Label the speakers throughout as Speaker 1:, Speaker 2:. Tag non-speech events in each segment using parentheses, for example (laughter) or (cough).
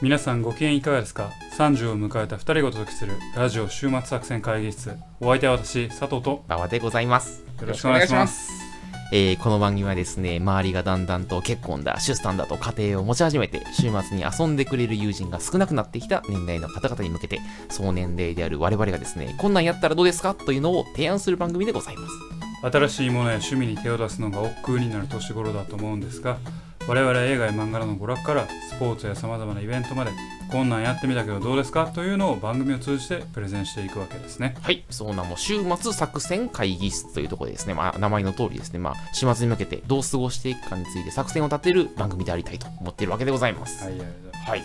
Speaker 1: 皆さんご機嫌いかがですか ?30 を迎えた2人がお届けするラジオ週末作戦会議室お相手は私佐藤と
Speaker 2: 馬場でございます。
Speaker 1: よろしくお願いします
Speaker 2: えーこの番組はですね、周りがだんだんと結婚だ、出産だと家庭を持ち始めて、週末に遊んでくれる友人が少なくなってきた年代の方々に向けて、総年齢である我々がですね、こんなんやったらどうですかというのを提案する番組でございます。
Speaker 1: 新しいものや趣味に手を出すのが億劫になる年頃だと思うんですが我々映画や漫画などの娯楽からスポーツやさまざまなイベントまでこんなんやってみたけどどうですかというのを番組を通じてプレゼンしていくわけですね
Speaker 2: はい、そうなも週末作戦会議室というところでですね、まあ、名前の通りですね、まあ、週末に向けてどう過ごしていくかについて作戦を立てる番組でありたいと思っているわけでございます。
Speaker 1: はいありがとうございま
Speaker 2: はい。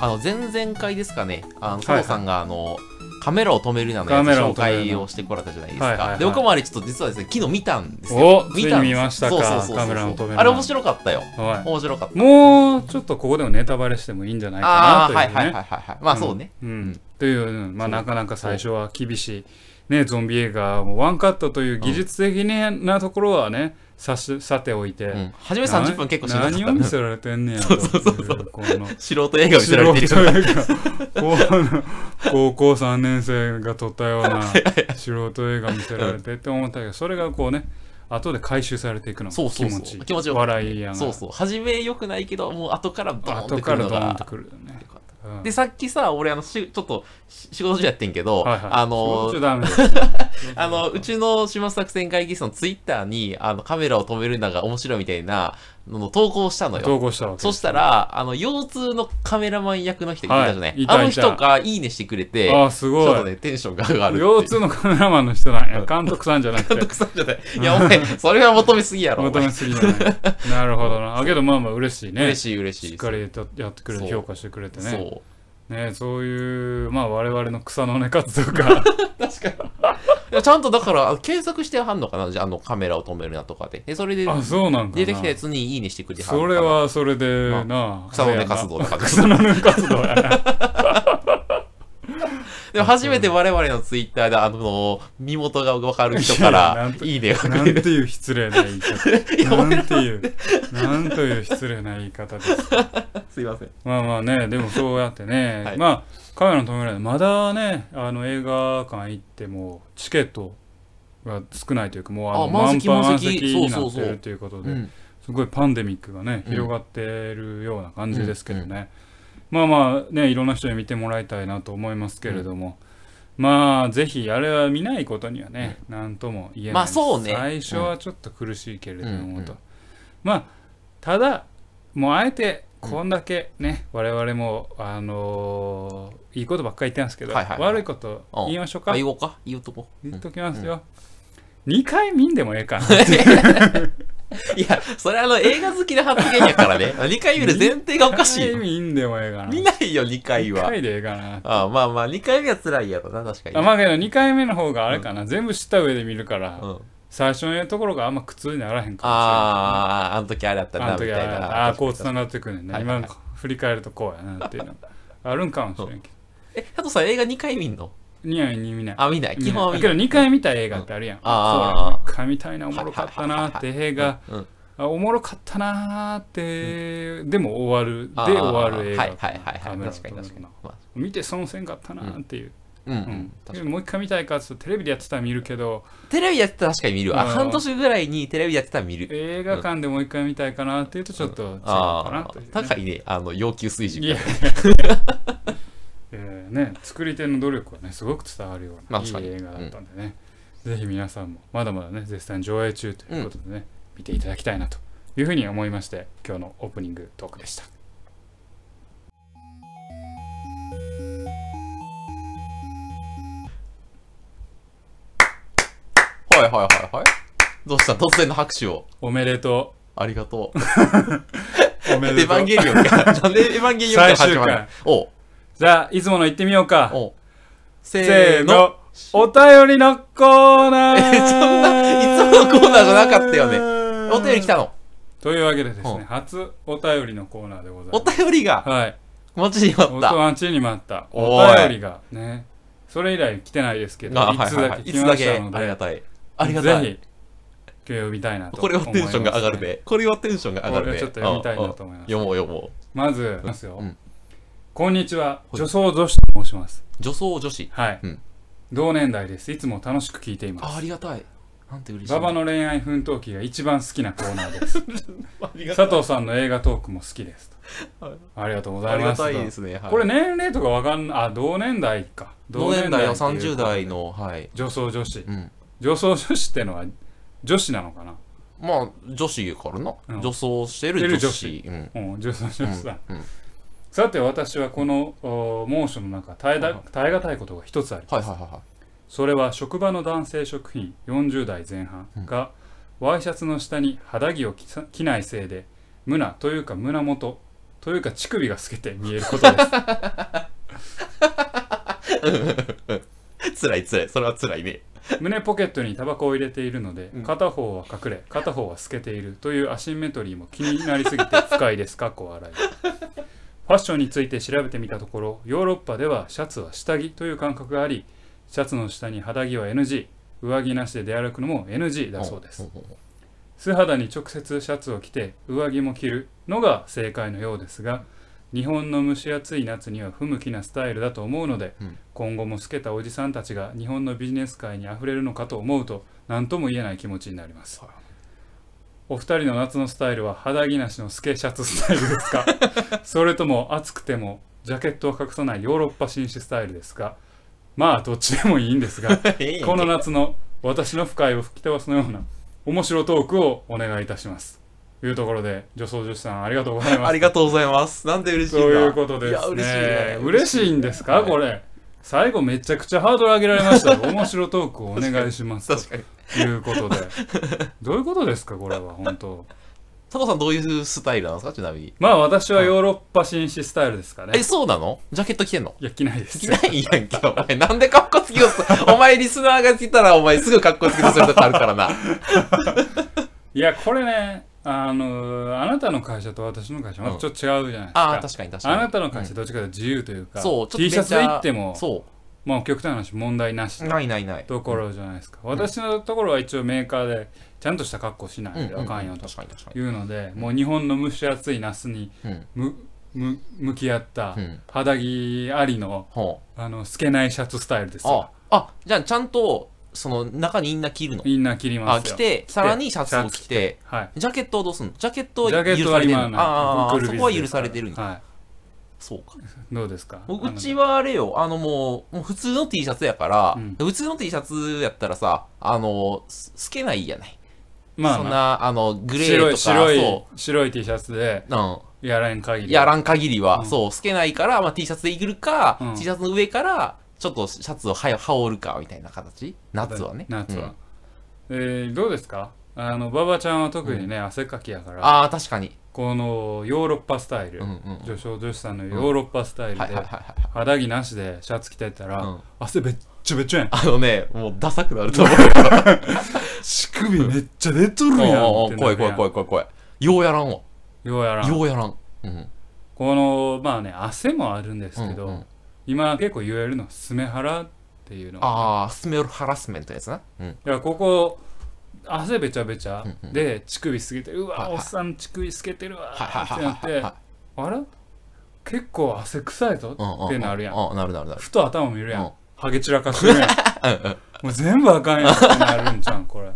Speaker 2: あの、前々回ですかね、あの、
Speaker 1: い
Speaker 2: 佐藤さんが、あの、カメラを止めるなのや
Speaker 1: カ
Speaker 2: つ
Speaker 1: メラを
Speaker 2: 紹
Speaker 1: 止めるな
Speaker 2: 介をしてこられたじゃないです
Speaker 1: はいはいは
Speaker 2: か。
Speaker 1: い
Speaker 2: で、僕もあれちょっと実はですね、昨日見たんですすよ。
Speaker 1: おついに
Speaker 2: んです
Speaker 1: 見ました
Speaker 2: そうそう
Speaker 1: か
Speaker 2: そうそう
Speaker 1: カメラを止める
Speaker 2: あれ面白かったよ。
Speaker 1: い、はい
Speaker 2: 面白かった。
Speaker 1: もうちょっとここでもネタバレしてもいいんじゃない
Speaker 2: あ
Speaker 1: か
Speaker 2: あー、
Speaker 1: なとい
Speaker 2: はい
Speaker 1: うね。
Speaker 2: はいはいはいはい。まあそうね。
Speaker 1: うん。
Speaker 2: ん
Speaker 1: という、うんまあ
Speaker 2: そう
Speaker 1: なかなか最初は厳しい、ね、ゾンビ映画もワンカットという技術的なところはね、さしさておいて、
Speaker 2: うん。はじめ30分結構しんどかった
Speaker 1: 何を見
Speaker 2: ね。
Speaker 1: せられてんねやというこの
Speaker 2: 素人映画見せられてる
Speaker 1: 素
Speaker 2: よ
Speaker 1: 人映画この高校3年生が撮ったような素人映画見せられてって思ったけどそれがこうね後で回収されていくの
Speaker 2: そう
Speaker 1: が
Speaker 2: そ
Speaker 1: 気
Speaker 2: うそ
Speaker 1: 持
Speaker 2: う
Speaker 1: ちいい
Speaker 2: 気持ちよかった
Speaker 1: 笑いやが
Speaker 2: そうそう。はじめ良くないけど、もう後からドーンって
Speaker 1: 後
Speaker 2: く
Speaker 1: か
Speaker 2: る
Speaker 1: ら
Speaker 2: の
Speaker 1: ドーンと
Speaker 2: が。
Speaker 1: くるよね、うん
Speaker 2: で、さっきさ、俺、あの、しちょっと、し仕事中やってんけど、
Speaker 1: はいはい、
Speaker 2: あの
Speaker 1: 仕事中ダメだよ
Speaker 2: あの、うちの島作戦会議室のツイッターに、あの、カメラを止めるのが面白いみたいなのを投稿したのよ。
Speaker 1: 投稿したわけ
Speaker 2: そしたら、あの、腰痛のカメラマン役の人いたじゃない、
Speaker 1: はいいた
Speaker 2: あの
Speaker 1: いた
Speaker 2: 人がいいねしてくれて、ち
Speaker 1: あ
Speaker 2: ょ
Speaker 1: あす
Speaker 2: っ
Speaker 1: ご
Speaker 2: と
Speaker 1: い、
Speaker 2: ね、テンションが上がるっていう。
Speaker 1: 腰痛のカメラマンの人なんや監督さんじゃなく
Speaker 2: 監
Speaker 1: て
Speaker 2: 督さんじゃない。いや、お前、それは求めすぎやろ。お
Speaker 1: 求
Speaker 2: 前
Speaker 1: めすぎじゃないなるほど
Speaker 2: (laughs)
Speaker 1: なあけどまあまあ嬉しいね
Speaker 2: 嬉しい嬉しい。
Speaker 1: しっかりやってやってくれて
Speaker 2: そう
Speaker 1: 評価してくれてね
Speaker 2: そう。
Speaker 1: ねそういうまあ我々の草の根活動
Speaker 2: (laughs)
Speaker 1: が
Speaker 2: 確かに。いやちゃんとだから、あ検索してはんのかなじゃあ、あの、カメラを止めるなとかで。でそれで、
Speaker 1: あそうなんかな
Speaker 2: 出てきたやつにいいねしてくれはんの
Speaker 1: そ
Speaker 2: かな
Speaker 1: れはそれで
Speaker 2: まあ
Speaker 1: なあ
Speaker 2: 草の根活動だから。
Speaker 1: 草の根活動や
Speaker 2: (laughs)
Speaker 1: な
Speaker 2: でも初めて我々のツイッターで、あの、身元がわかる人か
Speaker 1: いや (laughs) な
Speaker 2: ら
Speaker 1: ん、と
Speaker 2: いいねが
Speaker 1: な
Speaker 2: 来
Speaker 1: ん
Speaker 2: る。
Speaker 1: ていう失礼な言い方
Speaker 2: (laughs) いや、
Speaker 1: な
Speaker 2: 俺
Speaker 1: んていうなんという失礼な言い方です
Speaker 2: すいません。
Speaker 1: まあまあね、でもそうやってね、
Speaker 2: はい
Speaker 1: まあ、カメラの止められない、まだね、あの映画館行っても、チケットが少ないというか、もうあの
Speaker 2: あ満席
Speaker 1: 満杯
Speaker 2: 満席
Speaker 1: 満にな
Speaker 2: そう
Speaker 1: っ
Speaker 2: そ
Speaker 1: て
Speaker 2: うそう
Speaker 1: るということ
Speaker 2: う
Speaker 1: で、
Speaker 2: ん。
Speaker 1: すごいパンデミックがね、
Speaker 2: うん
Speaker 1: 広がってるような感じですけどね、まあまあね、いろんな人に見てもらいたいなと思いますけれども。まあぜひあれは見ないことにはね、なんとも言えない、
Speaker 2: まあそうね
Speaker 1: 最初はちょっと苦しいけれども、
Speaker 2: うんうん
Speaker 1: とまあただもうあえてこんだけね、我々もあのーいいことばっかり言ってますけど、
Speaker 2: はいはいはい
Speaker 1: 悪いこと言いましょうか、
Speaker 2: あ、言おうか言うとこ。 (laughs)
Speaker 1: 言っときますよ、2回見んでもええかな
Speaker 2: いや、それあの、映画好きな発言やからね。2回見 (laughs) る前提 (laughs) がおかしい
Speaker 1: 2
Speaker 2: よ
Speaker 1: 回。見んでもええかな
Speaker 2: 見ないよ、2回
Speaker 1: 一
Speaker 2: は。
Speaker 1: 回でええかな
Speaker 2: あまあまあ、2回目は辛いやろな、確かに。
Speaker 1: あまあけど2回目の方があれかな、全部知った上で見るから、
Speaker 2: うん。
Speaker 1: 最初のところがあんま苦痛にならへんかもしれない
Speaker 2: あー、あの時あれだった
Speaker 1: あ
Speaker 2: な、
Speaker 1: の
Speaker 2: みた
Speaker 1: 時
Speaker 2: い
Speaker 1: は
Speaker 2: な。
Speaker 1: ああーこう繋がってくるねんな、
Speaker 2: はいはいはい
Speaker 1: 今振り返るとこうやなっていうのがあるんかもしれんけ
Speaker 2: え、佐藤さん映画2回見んの
Speaker 1: ど2回に見ない
Speaker 2: あ、見ない。基本は
Speaker 1: だ
Speaker 2: 見
Speaker 1: け
Speaker 2: な
Speaker 1: ど
Speaker 2: い。
Speaker 1: 2回見た映画ってあるやん、
Speaker 2: ん
Speaker 1: そう
Speaker 2: あー
Speaker 1: 1回見たいなおもろかったなって映画、
Speaker 2: うん。
Speaker 1: あおもろかったなーって、でも終わる
Speaker 2: あー
Speaker 1: で終わる映画
Speaker 2: はいはいはい
Speaker 1: カ
Speaker 2: はい。
Speaker 1: メラ
Speaker 2: 確かに
Speaker 1: を
Speaker 2: 確
Speaker 1: 撮
Speaker 2: か
Speaker 1: る
Speaker 2: に
Speaker 1: の。
Speaker 2: まあ
Speaker 1: 見て損せんかったなーっていう、
Speaker 2: うんう
Speaker 1: うん
Speaker 2: ん。確かに
Speaker 1: でももう一回見たいかっつってテレビでやってたら見るけど
Speaker 2: テレビやってたら確かに見るわ。
Speaker 1: うん
Speaker 2: 半年ぐらいにテレビやってたら見る。
Speaker 1: 映画館でもう一回見たいかなっていうとちょっと違うかな
Speaker 2: あ
Speaker 1: というね、
Speaker 2: あ、高いね、あの、要求水準
Speaker 1: いや (laughs)
Speaker 2: が。
Speaker 1: いやいやえーね、作り手の努力はねすごく伝わるような、
Speaker 2: まあ
Speaker 1: いい
Speaker 2: 確かに
Speaker 1: 映画だったんでね、ぜひ皆さんもまだまだね絶賛上映中ということでね、見ていただきたいなというふうに思いまして今日のオープニングトークでした
Speaker 2: はいはいはいはい。どうした突然の拍手を。
Speaker 1: おめでと
Speaker 2: ありがとう。 (laughs)
Speaker 1: うおめ
Speaker 2: エ
Speaker 1: で
Speaker 2: ヴ
Speaker 1: と
Speaker 2: ァン
Speaker 1: う
Speaker 2: ゲリオン
Speaker 1: (laughs)
Speaker 2: が、なんでエヴァンゲリオンから
Speaker 1: 最終
Speaker 2: 始
Speaker 1: 回
Speaker 2: まるおう
Speaker 1: じゃあいつもの行ってみようか
Speaker 2: おうせ
Speaker 1: せー
Speaker 2: ーの。
Speaker 1: のお便りのコーナー
Speaker 2: え (laughs) そんないつものコーナーじゃなかったよねお便り来たの。
Speaker 1: というわけでですね、
Speaker 2: うん
Speaker 1: 初お便りのコーナーでござい
Speaker 2: お
Speaker 1: ます
Speaker 2: 便りが、
Speaker 1: はい
Speaker 2: 待ちに待
Speaker 1: お
Speaker 2: った。
Speaker 1: 待ちに待ったお
Speaker 2: おい
Speaker 1: 便りがねそれ以来来てないですけど
Speaker 2: あ
Speaker 1: いつだけ
Speaker 2: い
Speaker 1: 来
Speaker 2: つ
Speaker 1: ま
Speaker 2: だ
Speaker 1: し
Speaker 2: け、
Speaker 1: たの
Speaker 2: ありが
Speaker 1: で
Speaker 2: たい。ありがたい。
Speaker 1: ぜひ今日読みたいなと
Speaker 2: これはテンションが上がる
Speaker 1: で
Speaker 2: で。これはテンションが上がる
Speaker 1: これ
Speaker 2: で。
Speaker 1: ちょっと読みたいなと思います
Speaker 2: うんうん読もう読もう。
Speaker 1: まず、いきますよ、
Speaker 2: うん
Speaker 1: こんにちは、
Speaker 2: い
Speaker 1: 女装女子と申します。
Speaker 2: 女装女子。
Speaker 1: はい、
Speaker 2: うん
Speaker 1: 同年代です。いつも楽しく聞いています。
Speaker 2: あ、ありがたい。なんて嬉しい。
Speaker 1: 馬場の恋愛奮闘記が一番好きなコーナー
Speaker 2: (laughs)
Speaker 1: です。
Speaker 2: ありがたい。
Speaker 1: 佐藤さんの映画トークも好きです。ありがとうござ
Speaker 2: あ
Speaker 1: い
Speaker 2: り
Speaker 1: ま
Speaker 2: が
Speaker 1: す。
Speaker 2: たいですね。はい
Speaker 1: これ、年齢とかわかんない。あ、同年代か。
Speaker 2: 同年代は
Speaker 1: 同年代っていう
Speaker 2: 30代。の、はい。
Speaker 1: 女装女子。
Speaker 2: うん。
Speaker 1: 女装女子ってのは女子なのかな
Speaker 2: まあ、女子からな
Speaker 1: うん。
Speaker 2: 女装してる女子。うん。
Speaker 1: うん、女装女子だ。
Speaker 2: うんうん
Speaker 1: さて私はこのお猛暑の中耐えだ
Speaker 2: はいは
Speaker 1: 耐え難いことが一つあり
Speaker 2: はいはいはいはい。
Speaker 1: それは職場の男性職員40代前半が、ワイシャツの下に肌着を着さ着ないせいで胸というか胸元というか乳首が透けて見えることです
Speaker 2: 辛い辛い。それは辛いね。
Speaker 1: 胸ポケットにタバコを入れているので
Speaker 2: うん
Speaker 1: 片方は隠れ片方は透けているというアシンメトリーも気になりすぎて不快ですかっこ笑いファッションについて調べてみたところヨーロッパではシャツは下着という感覚がありシャツの下に肌着は NG 上着なしで出歩くのも NG だそうです
Speaker 2: ん。んん
Speaker 1: 素肌に直接シャツを着て上着も着るのが正解のようですが日本の蒸し暑い夏には不向きなスタイルだと思うので、
Speaker 2: うん
Speaker 1: 今後も透けたおじさんたちが日本のビジネス界にあふれるのかと思うと何とも言えない気持ちになります、
Speaker 2: はい
Speaker 1: お二人の夏のスタイルは肌着なしの透けシャツスタイルですか
Speaker 2: (laughs)
Speaker 1: それとも暑くてもジャケットを隠さないヨーロッパ紳士スタイルですかまあどっちでもいいんですがこの夏の私の不快を吹き飛ばすのような面白トークをお願いいたします。というところで、女装女子さんありがとうございま
Speaker 2: (laughs) あ
Speaker 1: す。
Speaker 2: りがとうございます。なんで嬉しいんだ
Speaker 1: そういうことですね。
Speaker 2: いや、嬉
Speaker 1: 嬉
Speaker 2: しいね。
Speaker 1: しいんですか、
Speaker 2: はい
Speaker 1: これ。最後めちゃくちゃハードル上げられました
Speaker 2: (laughs)
Speaker 1: よ。面白トークをお願いします。
Speaker 2: 確かに。
Speaker 1: ということで。どういうことですかこれは、本当。
Speaker 2: 佐藤さんどういうスタイルなんですかちなみに。
Speaker 1: まあ私はヨーロッパ紳士スタイルですか
Speaker 2: え、
Speaker 1: ね。
Speaker 2: そうなのジャケット着てんの
Speaker 1: いや、着ないです
Speaker 2: 着。ないやんけ、 (laughs) お前。なんで格好つけようと。お前リスナーが来たら、お前すぐ格好つけてするとこあるからな。
Speaker 1: いや、これね、あのあなたの会社と私の会社はまたちょっと違うじゃないですか。
Speaker 2: ああ、確かに確かに。
Speaker 1: あなたの会社どっちかというと自由というか、
Speaker 2: そう、
Speaker 1: T シャツで
Speaker 2: めっちゃ
Speaker 1: 行っても、
Speaker 2: そ
Speaker 1: まあ極端な話問題なし
Speaker 2: う。ないないない。
Speaker 1: ところじゃないですか、私のところは一応メーカーでちゃんとした格好しな
Speaker 2: うんう
Speaker 1: い
Speaker 2: ん
Speaker 1: であかんよと
Speaker 2: 確かに確かに。
Speaker 1: いうので、もう日本の蒸し暑い夏に
Speaker 2: うん。
Speaker 1: むむ向き合った
Speaker 2: うん
Speaker 1: 肌着ありの
Speaker 2: ほう。
Speaker 1: あの透けないシャツスタイルですよ
Speaker 2: あ、あ、じゃあちゃんと、その中にみんな着るの
Speaker 1: みんな着りま
Speaker 2: あ、
Speaker 1: すよ
Speaker 2: 着て、さらにシャツを着て、
Speaker 1: はい
Speaker 2: ジャケットをどうすんのジャケットは
Speaker 1: ジャケッ
Speaker 2: 許
Speaker 1: ト
Speaker 2: さ
Speaker 1: は
Speaker 2: れてる
Speaker 1: 今
Speaker 2: の
Speaker 1: はない
Speaker 2: あ
Speaker 1: ブ
Speaker 2: あ、
Speaker 1: ルー
Speaker 2: そ
Speaker 1: ビ
Speaker 2: こ
Speaker 1: ズ
Speaker 2: は
Speaker 1: です
Speaker 2: 許さ
Speaker 1: から
Speaker 2: れてるんだ。
Speaker 1: は
Speaker 2: そうか。
Speaker 1: い、どうですか
Speaker 2: うちはあれよ、あのもう、もう普通の T シャツやから、
Speaker 1: うん
Speaker 2: 普通の T シャツやったらさ、あの、す透けないやない。
Speaker 1: あのまあ
Speaker 2: そん
Speaker 1: まあ
Speaker 2: な、あの、グレーと
Speaker 1: 白
Speaker 2: か、
Speaker 1: い白い
Speaker 2: そ
Speaker 1: 白い T シャツで
Speaker 2: う。うん。
Speaker 1: やらん限り
Speaker 2: やらん限りは、
Speaker 1: うん
Speaker 2: そう、透けないから、まあ、T シャツでいくるか、
Speaker 1: うん
Speaker 2: T シャツの上から、ちょっとシャツをは羽織るか、みたいな形。夏はね。
Speaker 1: 夏
Speaker 2: う
Speaker 1: は
Speaker 2: ん、
Speaker 1: えーどうですかあの馬場ちゃんは特にね、汗かきやから
Speaker 2: ああ、確かに。
Speaker 1: このヨーロッパスタイル、
Speaker 2: うんうん。
Speaker 1: 女装女子さんのヨーロッパスタイルで、
Speaker 2: はいはいはいはい。
Speaker 1: 肌着なしでシャツ着てたら、
Speaker 2: うん
Speaker 1: 汗べっちょべっちょやん
Speaker 2: あのね、もうダサくなると思う。
Speaker 1: 乳首めっちゃ出とるやん
Speaker 2: お
Speaker 1: っ
Speaker 2: ーお
Speaker 1: て
Speaker 2: ー
Speaker 1: な
Speaker 2: 怖
Speaker 1: るやん
Speaker 2: い怖い怖い怖い怖い。ようやらんわ。
Speaker 1: ようやらん
Speaker 2: ようやらん。うん。
Speaker 1: このまあね汗もあるんですけど、
Speaker 2: うんうん
Speaker 1: 今結構言われるのはスメハラっていうの
Speaker 2: ああ、スメルハラスメントのやつな。うん。
Speaker 1: いやここ汗べちゃべちゃで乳首すぎてう
Speaker 2: はい
Speaker 1: わ
Speaker 2: はい
Speaker 1: おっさん乳首すけてるわ
Speaker 2: はい
Speaker 1: ーっ
Speaker 2: は
Speaker 1: て
Speaker 2: い
Speaker 1: な
Speaker 2: は
Speaker 1: っ
Speaker 2: いは
Speaker 1: て
Speaker 2: いはい。
Speaker 1: あれ結構汗臭いぞ
Speaker 2: うんうん
Speaker 1: ってなるやん。
Speaker 2: うん、なるなるなる。
Speaker 1: ふと頭見るや
Speaker 2: うん
Speaker 1: ん。ハゲ散らか
Speaker 2: (laughs)
Speaker 1: してるやん。もう全部あかんやんってなるんじゃうん、これ。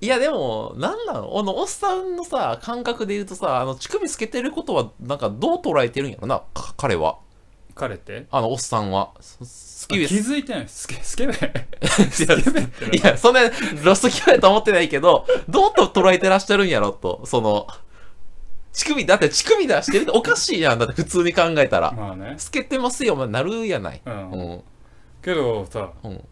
Speaker 2: いや、でも、なんなのあの、おっさんのさ、感覚で言うとさ、あの、乳首つけてることは、なんか、どう捉えてるんやろな、か彼は。
Speaker 1: 彼って
Speaker 2: あの、おっさんは。そ好
Speaker 1: 気
Speaker 2: きです。
Speaker 1: づいてない。スケ、 (laughs) スケベ。
Speaker 2: いやいや、そんな、ロストキャラやと思ってないけど、どうと捉えてらっしゃるんやろ、と。その、乳首、だって乳首出してるっておかしいやん。だって普通に考えたら。
Speaker 1: まあね。
Speaker 2: つけてますよ、まあ、なるやない。
Speaker 1: う。
Speaker 2: うんん。
Speaker 1: けどさ、
Speaker 2: うん。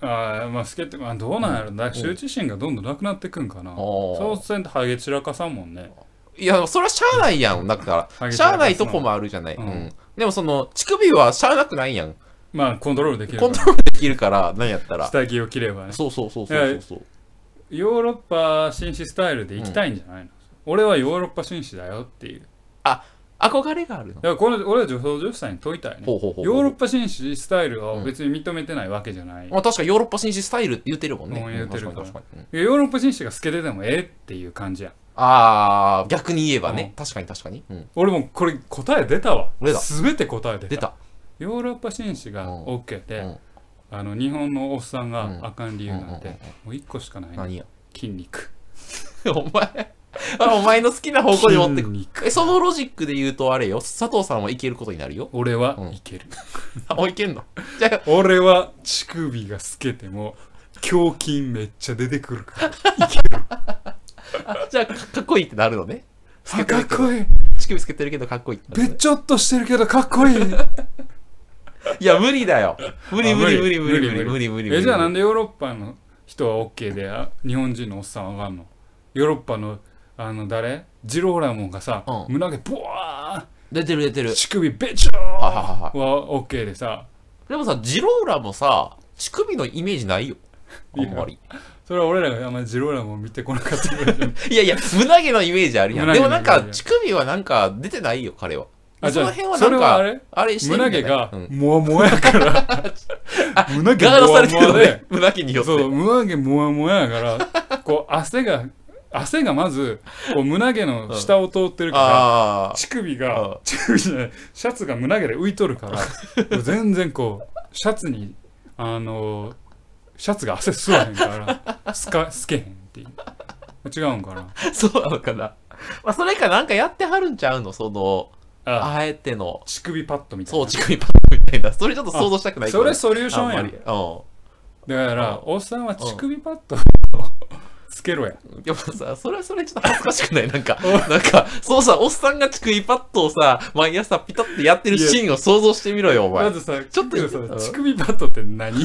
Speaker 1: あーまあ、スケって、まあ、どうなんやろな。羞恥心がどんどんなくなってくんかな。
Speaker 2: ん
Speaker 1: そうせんとハゲ散らかさんもんね。
Speaker 2: いや、それはしゃあないやん。だか
Speaker 1: うん
Speaker 2: ら、しゃあないとこもあるじゃない。
Speaker 1: う
Speaker 2: うんん。でもその、乳首はしゃあなくないやん。
Speaker 1: まあ、コントロールできるか
Speaker 2: コ
Speaker 1: ら。
Speaker 2: ントロールできるから、なんやったら。
Speaker 1: 下着を着ればね。
Speaker 2: そうそうそうそうそう。
Speaker 1: ヨーロッパ紳士スタイルで行きたいんじゃないの俺はヨーロッパ紳士だよっていう。
Speaker 2: 憧れがあるの
Speaker 1: だ。からこの俺は女装女子さんに問いたいね。
Speaker 2: ほうほうほう。
Speaker 1: ヨーロッパ紳士スタイルを別に認めてないわけじゃない。
Speaker 2: まあ確かヨーロッパ紳士スタイルって言ってるもんね。
Speaker 1: うん言ってる
Speaker 2: うん確かに確かに。うん
Speaker 1: ヨーロッパ紳士が透けててもええっていう感じやん。
Speaker 2: あー、逆に言えばね。確かに確かに。うん。
Speaker 1: 俺もこれ答え出たわ
Speaker 2: 出た
Speaker 1: 全て答え出た
Speaker 2: 出た。
Speaker 1: ヨーロッパ紳士が
Speaker 2: うん
Speaker 1: OK で、
Speaker 2: うん
Speaker 1: あの日本のおっさん
Speaker 2: うん
Speaker 1: があかん理由なんて
Speaker 2: うんうんうん
Speaker 1: もう1個しかないね
Speaker 2: 何や。
Speaker 1: 筋肉
Speaker 2: (laughs) お前、 (laughs) あお前の好きな方向に持って
Speaker 1: 筋
Speaker 2: く。
Speaker 1: 肉
Speaker 2: え、そのロジックで言うとあれよ。佐藤さんはいけることになるよ。
Speaker 1: 俺は
Speaker 2: うん
Speaker 1: いける、
Speaker 2: あ、もういけんの (laughs) じゃあ、
Speaker 1: 俺は乳首が透けても胸筋めっちゃ出てくるから
Speaker 2: あじゃあかかっこいいってなるのね。
Speaker 1: あかっこいい
Speaker 2: 乳首つけてるけどかっこいいってな
Speaker 1: べ
Speaker 2: るのね
Speaker 1: っちょっとしてるけどかっこいい
Speaker 2: いや、無理だよ。無理
Speaker 1: あ
Speaker 2: 無理無理無理無理無理無理無理。
Speaker 1: えじゃあなん
Speaker 2: で
Speaker 1: でヨーロッパの人は OK であ日本人のおっさんはあかんのヨーロッパのあの誰ジローラモンがさ、
Speaker 2: うん
Speaker 1: 胸毛ブワ
Speaker 2: 出てる出て
Speaker 1: ー
Speaker 2: (laughs) る。
Speaker 1: 乳首べちょー
Speaker 2: はいはいはいは
Speaker 1: は OK でさ
Speaker 2: でもさ、ジローラもさ、乳首のイメージないよ。あんまり。
Speaker 1: それは俺らがあんまりジローラモン見てこなかったから
Speaker 2: (laughs)
Speaker 1: じゃん
Speaker 2: いやいや、胸毛のイメージあるやん。
Speaker 1: 胸
Speaker 2: で
Speaker 1: 毛の
Speaker 2: も
Speaker 1: イメー
Speaker 2: なん
Speaker 1: ジある
Speaker 2: か、乳首はなんか出てないよ、彼は。
Speaker 1: あ
Speaker 2: そ
Speaker 1: じゃ
Speaker 2: の
Speaker 1: あ
Speaker 2: 辺はな
Speaker 1: それは
Speaker 2: んか、
Speaker 1: あれ
Speaker 2: あれしてる
Speaker 1: 胸
Speaker 2: んじ
Speaker 1: 毛
Speaker 2: ゃな
Speaker 1: が
Speaker 2: いうん
Speaker 1: もわもわやから
Speaker 2: (laughs)
Speaker 1: 胸毛
Speaker 2: ガード
Speaker 1: も
Speaker 2: さ
Speaker 1: わ
Speaker 2: れて
Speaker 1: も
Speaker 2: るの
Speaker 1: わで
Speaker 2: ね。胸毛によって。
Speaker 1: そう胸毛もわもわやからこう汗が汗がまずこう胸毛の下を通ってるから、
Speaker 2: (laughs) あ
Speaker 1: 乳首
Speaker 2: う
Speaker 1: が
Speaker 2: ん、
Speaker 1: 乳首じゃない、シャツが胸毛で浮いとるから、
Speaker 2: (laughs)
Speaker 1: もう全然こう、シャツに、あのー、シャツが汗吸わへんから、すか、すけへんっていう。違うんかな。
Speaker 2: あ、 (laughs) そうなのかな。まあ、それかなんかやってはるんちゃうのその、
Speaker 1: あ、
Speaker 2: あえての、
Speaker 1: 乳首パッドみたい
Speaker 2: そう、
Speaker 1: な。
Speaker 2: 乳首パッドみたいな。それちょっと想像したくないけ
Speaker 1: そ
Speaker 2: ど
Speaker 1: れ
Speaker 2: ね
Speaker 1: ソリューションや
Speaker 2: あんま
Speaker 1: ん
Speaker 2: り。う
Speaker 1: だか
Speaker 2: うん
Speaker 1: ら、おっさんは乳首パッドをつけろや。
Speaker 2: ん。でもさ、それはそれちょっと恥ずかしく
Speaker 1: (laughs)
Speaker 2: ないなんか、なんか、そうさ、おっさんが乳首パッドをさ、毎朝ピタッとやってるシーンを想像してみろよ、お前。
Speaker 1: まずさ、
Speaker 2: ちょっと
Speaker 1: 結
Speaker 2: う
Speaker 1: 構
Speaker 2: ん
Speaker 1: さ、乳首パッドって何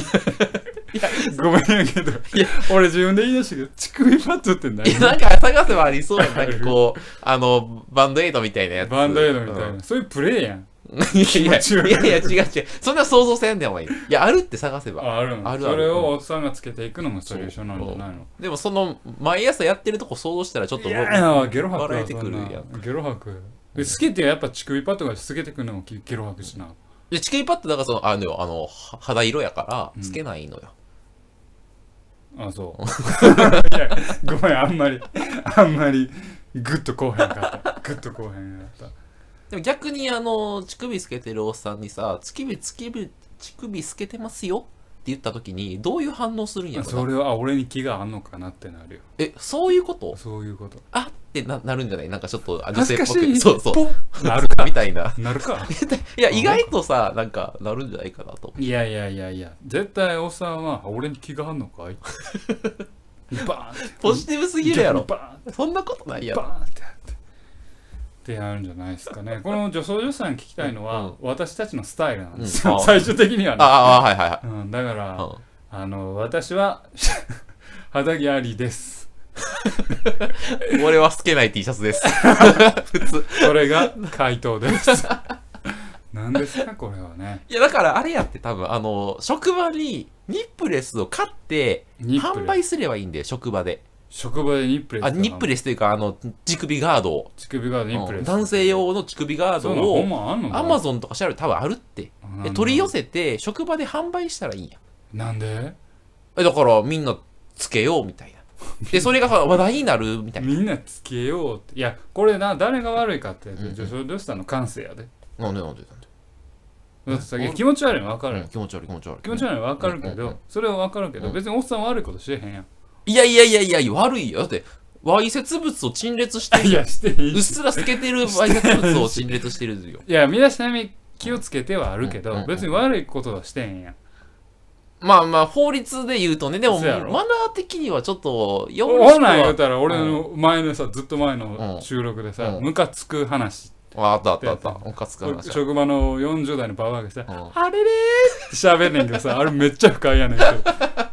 Speaker 1: ごめんやけど
Speaker 2: や、
Speaker 1: 俺自分で言い出したけど、乳首パッドって何
Speaker 2: いや、 (laughs) なんか探せばありそうやん。なんか (laughs) こう、あの、バンドエイドみたいなやつ。
Speaker 1: バンドエイドみたいな。
Speaker 2: うん。
Speaker 1: そういうプレイやん。
Speaker 2: いや
Speaker 1: 持ち悪
Speaker 2: い
Speaker 1: い
Speaker 2: やいや、違う違う。そんな想像せんでもいい。いや、あるって探せば。
Speaker 1: ああるの
Speaker 2: あるある
Speaker 1: それをおっさんがつけていくのがソリューションなんじゃないの
Speaker 2: でもその、毎朝やってるとこ想像したらちょっと
Speaker 1: い
Speaker 2: もう、
Speaker 1: やーゲロ吐くわ
Speaker 2: 笑えてくるやん
Speaker 1: そんなゲロ吐くで好きってやっぱ乳首パッドが好けてくるのもきゲロ吐くしな
Speaker 2: で、チキンパッドだからその、あのよ、あの、は肌色やから、つけないのよ。
Speaker 1: あそう (laughs) いやごめんあんまりあんまりグッとこうへんかったグッとこうへんかった
Speaker 2: でも逆にあの、乳首つけてるおっさんにさ、乳首、乳首、乳首つけてますよって言った時に、どういう反応するんやろな
Speaker 1: それはあ俺に気があんのかなってなるよ
Speaker 2: え、そういうこと
Speaker 1: そういうこと
Speaker 2: あってななるんじゃないなんかちょっと、あ女
Speaker 1: 恥ず
Speaker 2: 性っ
Speaker 1: かし
Speaker 2: ぽく。
Speaker 1: い
Speaker 2: そうそう。
Speaker 1: ポッなるか
Speaker 2: みたい (laughs) な。
Speaker 1: なるか
Speaker 2: いや、意外とさ、なんか、なるんじゃないかなと。
Speaker 1: いやいやいやいや絶対おっさんは俺に気があんのかい
Speaker 2: (laughs)
Speaker 1: バーンって
Speaker 2: ポジティブすぎるや
Speaker 1: (laughs)
Speaker 2: ろ。
Speaker 1: 逆にバーン
Speaker 2: そんなことないやろ。
Speaker 1: バーンってやってってやるんじゃないですか
Speaker 2: (laughs)
Speaker 1: ねこの女装女子さんに聞きたいのは、
Speaker 2: うん
Speaker 1: 私たちのスタイルなんですよ、
Speaker 2: うんあ
Speaker 1: 最終的にはね、
Speaker 2: ああ、はいはいは
Speaker 1: うん、だから、
Speaker 2: い。
Speaker 1: あの私は (laughs) 肌着ありです
Speaker 2: うん、俺は透けない T シャ
Speaker 1: (laughs)
Speaker 2: ツです。
Speaker 1: それが回答です
Speaker 2: (laughs)
Speaker 1: 何ですかこれはね
Speaker 2: いや、だからあれやって多分、あの、職場にニップレスを買って、
Speaker 1: ニップレス
Speaker 2: 販売すればいいんで、職場で。
Speaker 1: 職場でニップレス
Speaker 2: あ、ニップ
Speaker 1: レ
Speaker 2: レスというか、あの、乳首ガードを。
Speaker 1: 乳首がニップレス、
Speaker 2: うん男性用の乳首ガード
Speaker 1: そうなのほん
Speaker 2: を、
Speaker 1: まあんの
Speaker 2: アマゾンとか調べたら多分あるって。
Speaker 1: なん
Speaker 2: え
Speaker 1: だ
Speaker 2: 取り寄せて、職場で販売したらいいんや。
Speaker 1: なんで
Speaker 2: え、だからみんなつけようみたいな。で、それがさ話題になるみたいな。
Speaker 1: みんなつけようっていやこれな誰が悪いかって
Speaker 2: んうん
Speaker 1: 女装女子さんの感性やで、
Speaker 2: なんでなんでなんで
Speaker 1: だってさ気持ち悪いの分かる、
Speaker 2: うん気持ち悪い気持ち悪い。
Speaker 1: 気持ち悪いの分かるけ
Speaker 2: うんうんうん
Speaker 1: ど、それは分かるけ
Speaker 2: う
Speaker 1: ど、
Speaker 2: ん
Speaker 1: 別におっさん悪いことしてへんやん。
Speaker 2: (laughs) いやいやいやいや、悪いよ。だって、わいせつ物を陳列してる。
Speaker 1: い (laughs) や、してへん
Speaker 2: うっすら透け
Speaker 1: (laughs)
Speaker 2: てるわいせつ物を陳列してるよ。
Speaker 1: いや、身だしなみ気をつけてはあるけ
Speaker 2: うんうんうん
Speaker 1: ど、別に悪いことはしてへんやん。
Speaker 2: まあまあ、法律で言うとね、でも、
Speaker 1: そうやろ
Speaker 2: マナー的にはちょっと、よ
Speaker 1: ほら言う
Speaker 2: は。
Speaker 1: たら、俺の前のさ、ずっと前の収録で
Speaker 2: う
Speaker 1: さ、
Speaker 2: ん
Speaker 1: ムカつく話。
Speaker 2: ああったあったあった。おかつか話。
Speaker 1: 職場の40代のババアがさ、
Speaker 2: うん
Speaker 1: あれれーって喋んねんけどさ、あれめっちゃ不快やねんけ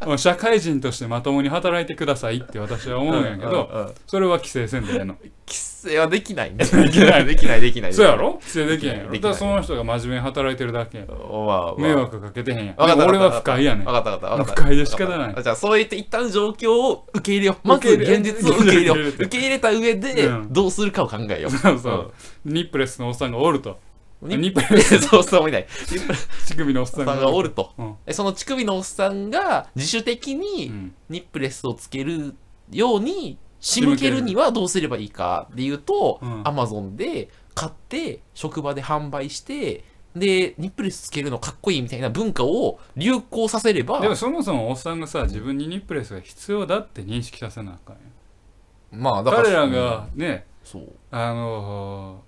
Speaker 1: ど、 (laughs) もう社会人としてまともに働いてくださいって私は思うんやけど、
Speaker 2: うんうん
Speaker 1: それは規制せんでえ
Speaker 2: (laughs)
Speaker 1: えの。
Speaker 2: 規制はできない
Speaker 1: (laughs)
Speaker 2: ね。で
Speaker 1: きない
Speaker 2: できない、できない。
Speaker 1: そうやろ規制できへんやろ。
Speaker 2: で
Speaker 1: だ
Speaker 2: き
Speaker 1: か
Speaker 2: ない
Speaker 1: らその人が真面目に働いてるだけやん
Speaker 2: ま。あまあ
Speaker 1: 迷惑かけてへんやん。
Speaker 2: わかった
Speaker 1: でも俺
Speaker 2: わ
Speaker 1: は
Speaker 2: かっ
Speaker 1: 不
Speaker 2: た
Speaker 1: 快やねん。
Speaker 2: わかったわかったわかった。
Speaker 1: 不快で仕方ない
Speaker 2: あじゃあ、そう言って一旦状況を受け入れよう。まず現実を受け入れよう。受
Speaker 1: 受
Speaker 2: け入れた上で
Speaker 1: う、ん
Speaker 2: どうするかを考えよう。
Speaker 1: そうそう。ニップレスのおっさんがおると。
Speaker 2: ニ
Speaker 1: ニッ
Speaker 2: ッ
Speaker 1: プレ
Speaker 2: うん。 (laughs) そうそう、いない。ニップレス
Speaker 1: ス乳首のおっさ
Speaker 2: さ
Speaker 1: ん
Speaker 2: ん
Speaker 1: が
Speaker 2: がお
Speaker 1: おる。
Speaker 2: ると。
Speaker 1: うん
Speaker 2: えその乳首のおっさんが自主的
Speaker 1: う
Speaker 2: に
Speaker 1: ん
Speaker 2: ニップレスをつけるように仕向けるにはどうすればいいかでいうと、
Speaker 1: うん
Speaker 2: Amazon で買って職場で販売してでニップレスつけるのかっこいいみたいな文化を流行させれば
Speaker 1: でもそもそもおっさんがさ自分にニップレスが必要だって認識させなあかんよ
Speaker 2: まあだから
Speaker 1: 彼ら
Speaker 2: うん
Speaker 1: がね、
Speaker 2: そう
Speaker 1: あの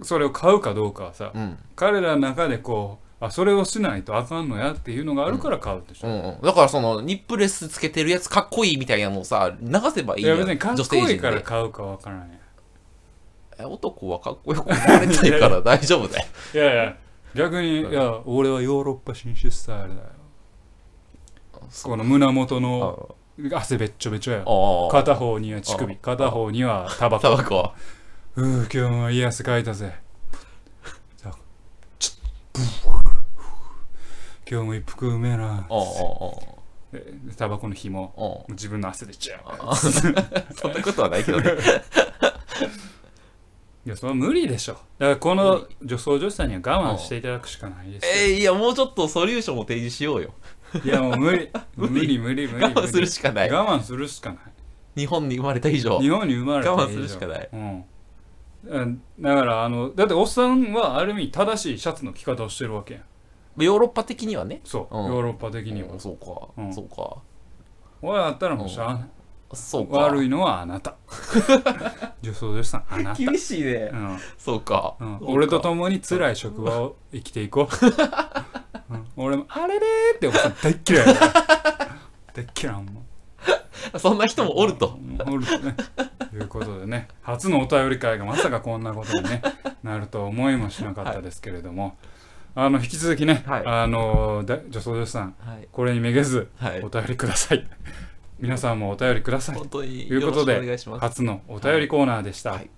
Speaker 1: ーそれを買うかどうかはさ、
Speaker 2: うん
Speaker 1: 彼らの中でこうあそれをしないとあかんのやっていうのがあるから買うでし
Speaker 2: う
Speaker 1: ょ、
Speaker 2: んうん、だからそのニップレスつけてるやつかっこいいみたいなのをさ流せばいい
Speaker 1: い
Speaker 2: や
Speaker 1: や
Speaker 2: ん
Speaker 1: 別にかっ
Speaker 2: 女
Speaker 1: こ
Speaker 2: 性
Speaker 1: いい
Speaker 2: 陣
Speaker 1: から
Speaker 2: で
Speaker 1: 買うかわからんやん
Speaker 2: え男はかっこよく思われたいから大丈夫
Speaker 1: (laughs)
Speaker 2: だよ
Speaker 1: いやいや逆に、
Speaker 2: うん
Speaker 1: いや俺はヨーロッパ紳士スタイルだよこの胸元の汗べっちょべちょや
Speaker 2: ああ
Speaker 1: 片方には乳首片方にはタバ
Speaker 2: タ
Speaker 1: コ
Speaker 2: バコは
Speaker 1: うう今日もいい汗かいた
Speaker 2: (laughs)
Speaker 1: ぜタバコチッブー今日も一服うめえな
Speaker 2: あああ
Speaker 1: でタバコの紐
Speaker 2: あああ
Speaker 1: 自分の汗でジャー
Speaker 2: あそんなことはないけどね。
Speaker 1: いやそれは無理でしょだからこの女装女子さんには我慢していただくしかないですよ
Speaker 2: (laughs) えーいや、もうちょっとソリューションを提示しようよ。
Speaker 1: いやもう
Speaker 2: (laughs)
Speaker 1: 無理無理無理無理
Speaker 2: 我慢するしかない。
Speaker 1: 我慢するしかない
Speaker 2: 日本に生まれた以上。
Speaker 1: 日本に生まれた
Speaker 2: 我慢するしかない
Speaker 1: うんうん、だからあのだっておっさんはある意味正しいシャツの着方をしてるわけやん
Speaker 2: ヨーロッパ的にはね。
Speaker 1: そう、
Speaker 2: うん
Speaker 1: ヨーロッパ的には、
Speaker 2: うんそうか、
Speaker 1: うん
Speaker 2: そうか。
Speaker 1: 俺だったらもうしゃあない、
Speaker 2: そうか。
Speaker 1: 悪いのはあな
Speaker 2: (laughs)
Speaker 1: た女装女子さんあなた、
Speaker 2: 厳しいね
Speaker 1: う。ん
Speaker 2: そうか。
Speaker 1: うん、
Speaker 2: そうか
Speaker 1: 俺と共に辛い職場を生きていこう、うん、俺もあれれーっておっさん大っ嫌いやから
Speaker 2: (laughs)
Speaker 1: 大っ嫌いほんま
Speaker 2: そんな人もおると。
Speaker 1: うんおるとね。ということでね、初のお便り会がまさかこんなことに、
Speaker 2: (laughs)
Speaker 1: ね、なるとは思いもしなかったですけれども、あの引き続きね、
Speaker 2: はい
Speaker 1: あのだ女装女子さん、
Speaker 2: はい。
Speaker 1: これにめげず、
Speaker 2: はい
Speaker 1: お。便りください。皆さんもお便りください。
Speaker 2: 本当に
Speaker 1: という
Speaker 2: よ
Speaker 1: こ
Speaker 2: ろ
Speaker 1: と
Speaker 2: しく
Speaker 1: で
Speaker 2: お願いします。
Speaker 1: 初のお便りコーナーでした。
Speaker 2: はい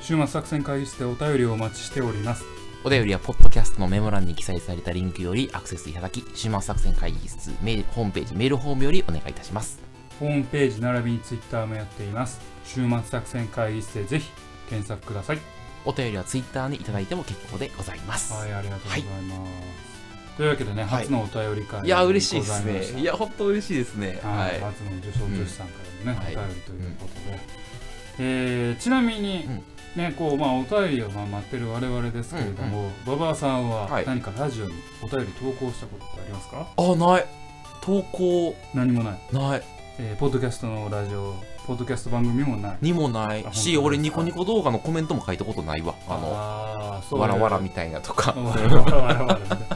Speaker 1: 週末作戦会議室でお便りをお待ちしております。
Speaker 2: お便りは、ポッドキャストのメモ欄に記載されたリンクよりアクセスいただき、週末作戦会議室メール、ホームページ、メールフォームよりお願いいたします。
Speaker 1: ホームページ並びにツイッターもやっています。週末作戦会議室でぜひ検索ください。
Speaker 2: お便りはツイッターにいただいても結構でございます。
Speaker 1: はい、ありがとうございます。というわけでね、
Speaker 2: はい
Speaker 1: 初のお便り会
Speaker 2: いや、嬉しいで
Speaker 1: ござまた
Speaker 2: すね。いや、本当嬉しいですね。
Speaker 1: は、
Speaker 2: はいい。
Speaker 1: 初の受賞女子さんからのね、
Speaker 2: うん
Speaker 1: お便りということで、えーちなみに、
Speaker 2: うん
Speaker 1: ねこうまあ、お便りをまあ待ってる我々ですけれども、馬場さんは
Speaker 2: はい
Speaker 1: 何かラジオにお便り投稿したことってありますか、
Speaker 2: あ、ない。投稿、
Speaker 1: 何もない、
Speaker 2: ない。
Speaker 1: えーポッドキャストのラジオポッドキャスト番組もない
Speaker 2: にもな
Speaker 1: あ
Speaker 2: い
Speaker 1: 本当です
Speaker 2: し、
Speaker 1: か
Speaker 2: 俺、ニコニコ動画のコメントも書いたことないわ。あの、
Speaker 1: あーそう
Speaker 2: わらわら
Speaker 1: み
Speaker 2: みたいなとか。
Speaker 1: わらわらわらわらみたいな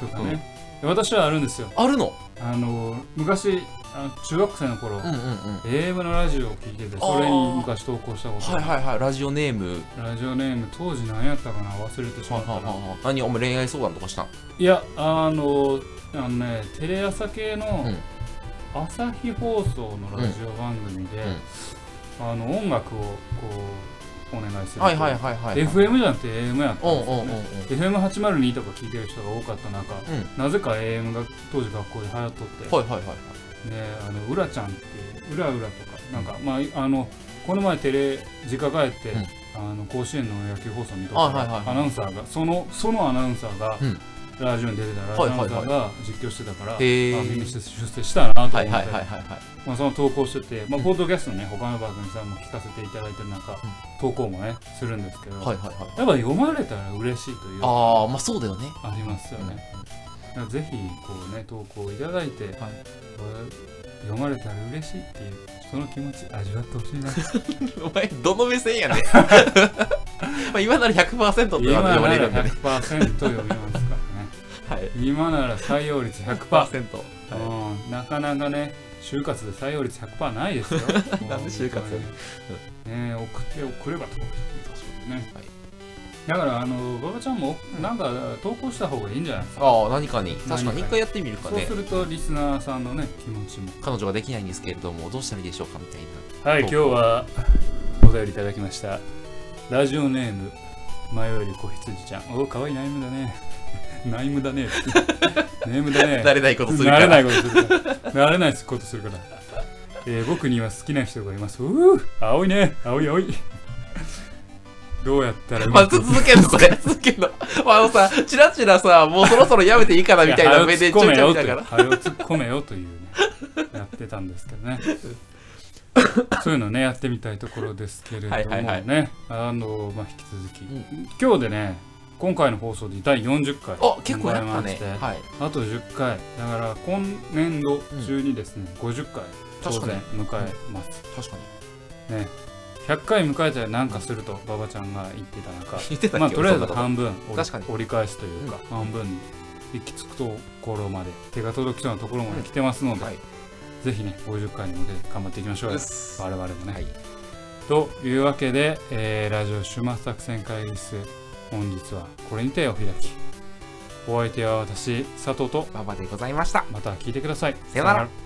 Speaker 1: とかね、私はあるんですよ
Speaker 2: あるの
Speaker 1: あの昔あの中学生の頃、
Speaker 2: うんうんうん。
Speaker 1: AM のラジオを聞いててそれに昔投稿したこと
Speaker 2: はいはいはい、ラジオネーム。
Speaker 1: ラジオネーム当時何やったかな忘れてし
Speaker 2: は
Speaker 1: ま
Speaker 2: い
Speaker 1: っ
Speaker 2: はい
Speaker 1: た
Speaker 2: は
Speaker 1: ない
Speaker 2: はい。何お前恋愛相談とかしたん
Speaker 1: いやあのあのねテレ朝系
Speaker 2: う
Speaker 1: の
Speaker 2: ん
Speaker 1: 朝日放送のラジオ番組で、あの音楽をこうお願いする
Speaker 2: はいはいはいはい。
Speaker 1: FM じゃなくて AM やっ
Speaker 2: うん
Speaker 1: た
Speaker 2: うん
Speaker 1: ですよ
Speaker 2: んうん
Speaker 1: ね
Speaker 2: うん。
Speaker 1: FM802 とか聞いてる人が多かった中、
Speaker 2: ん
Speaker 1: なぜか AM が当時学校で流行っとって、
Speaker 2: はいはいはいはい。
Speaker 1: ね、あのうらちゃんってうらうらとかなんか、まああのこの前テレ実家帰って、
Speaker 2: うん
Speaker 1: あの甲子園の野球放送見とっ
Speaker 2: あ
Speaker 1: た
Speaker 2: はいはいはい
Speaker 1: らアナウンサーがそのそのアナウンサーが、
Speaker 2: うん
Speaker 1: ラジオに出てたら、
Speaker 2: はいはいはい
Speaker 1: アナウンサーが実況してたから、
Speaker 2: へー
Speaker 1: あ耳出世したなと思って、
Speaker 2: はいはいはいはいはい。
Speaker 1: まあ、その投稿してて、まあ、
Speaker 2: うん
Speaker 1: ポッドキャストのね他の番組さんも聞かせていただいてる中、投稿もねするんですけど、
Speaker 2: はいはい
Speaker 1: や
Speaker 2: はい。
Speaker 1: っぱ読まれたら嬉しいというか
Speaker 2: あー、まあそうだよね。
Speaker 1: ありますよね。だからぜひこうね投稿いただいて、
Speaker 2: はい
Speaker 1: これ読まれたら嬉しいっていうその気持ち味わってほしい
Speaker 2: (laughs)
Speaker 1: な
Speaker 2: お前、どの目線や
Speaker 1: (laughs)
Speaker 2: ねん。まあ今なら100%って
Speaker 1: 今
Speaker 2: 言わ
Speaker 1: な
Speaker 2: れ
Speaker 1: ら
Speaker 2: るんだね。
Speaker 1: 100%読みますからね
Speaker 2: はい。
Speaker 1: 今なら採用率100%、
Speaker 2: 100%。 (laughs)
Speaker 1: うん、なかなかね就活で採用率100%ないですよ
Speaker 2: (laughs) なんで就活
Speaker 1: もう本当にね送って送ればとね、
Speaker 2: はい
Speaker 1: だからあの馬場ちゃんもなんか投稿した方がいいんじゃないですか、
Speaker 2: ああ、何かに。確か
Speaker 1: 何かに
Speaker 2: に一回やってみるか
Speaker 1: そう
Speaker 2: ね
Speaker 1: す。るとリスナーさんのね気持ちも
Speaker 2: 彼女ができないんですけれども、どうしたらいいでしょうかみたいな。
Speaker 1: はい、今日はお便りいただきました。ラジオネーム、迷える子羊ちゃんおかわいいナイムだね (laughs) ナイムだね (laughs) ネーム
Speaker 2: (laughs)
Speaker 1: だね
Speaker 2: 慣れないことするか
Speaker 1: なれ
Speaker 2: ら。
Speaker 1: ないことするから。なれないことするから。えー僕には好きな人がいます。うぅ、青いね、青い青い。どうやったらう
Speaker 2: まあ、
Speaker 1: まく
Speaker 2: 続
Speaker 1: (laughs)
Speaker 2: けんの、それ。続けんの。まあ、あのさ、チラチラさ、もうそろそろやめていいかなみたいな目でちょいちょい見たから。
Speaker 1: はよ突っ込めよという
Speaker 2: (laughs)
Speaker 1: ね、やってたんですけどね。そういうのね、やってみたいところですけれどもね、
Speaker 2: はいはい
Speaker 1: あの、まあ、引き続き、
Speaker 2: う
Speaker 1: 今日でね、今回の放送で第40回
Speaker 2: あ、結構やった
Speaker 1: 迎
Speaker 2: ね
Speaker 1: えまし。て
Speaker 2: はい。
Speaker 1: あと10回だから今年度中にですね、50回当
Speaker 2: 確かに
Speaker 1: 然迎えます、
Speaker 2: 確かに。
Speaker 1: ね100回迎えたらなんかすると馬場ちゃんが言ってた中
Speaker 2: 言ってたっけ
Speaker 1: まあとりあえず
Speaker 2: そんなこと
Speaker 1: 半分折り
Speaker 2: 確かに
Speaker 1: 折り返すというか、半分に行き着くところまで手が届きそうなところまで来てますので、
Speaker 2: はい。
Speaker 1: ぜひね50回に向けて頑張っていきましょうよ
Speaker 2: うっす
Speaker 1: 我々もね、
Speaker 2: はい
Speaker 1: というわけで、えーラジオ終末作戦会議室本日はこれにてお開きお相手は私佐藤と
Speaker 2: 馬場でございました。
Speaker 1: また聞いてください
Speaker 2: さよなら
Speaker 1: ら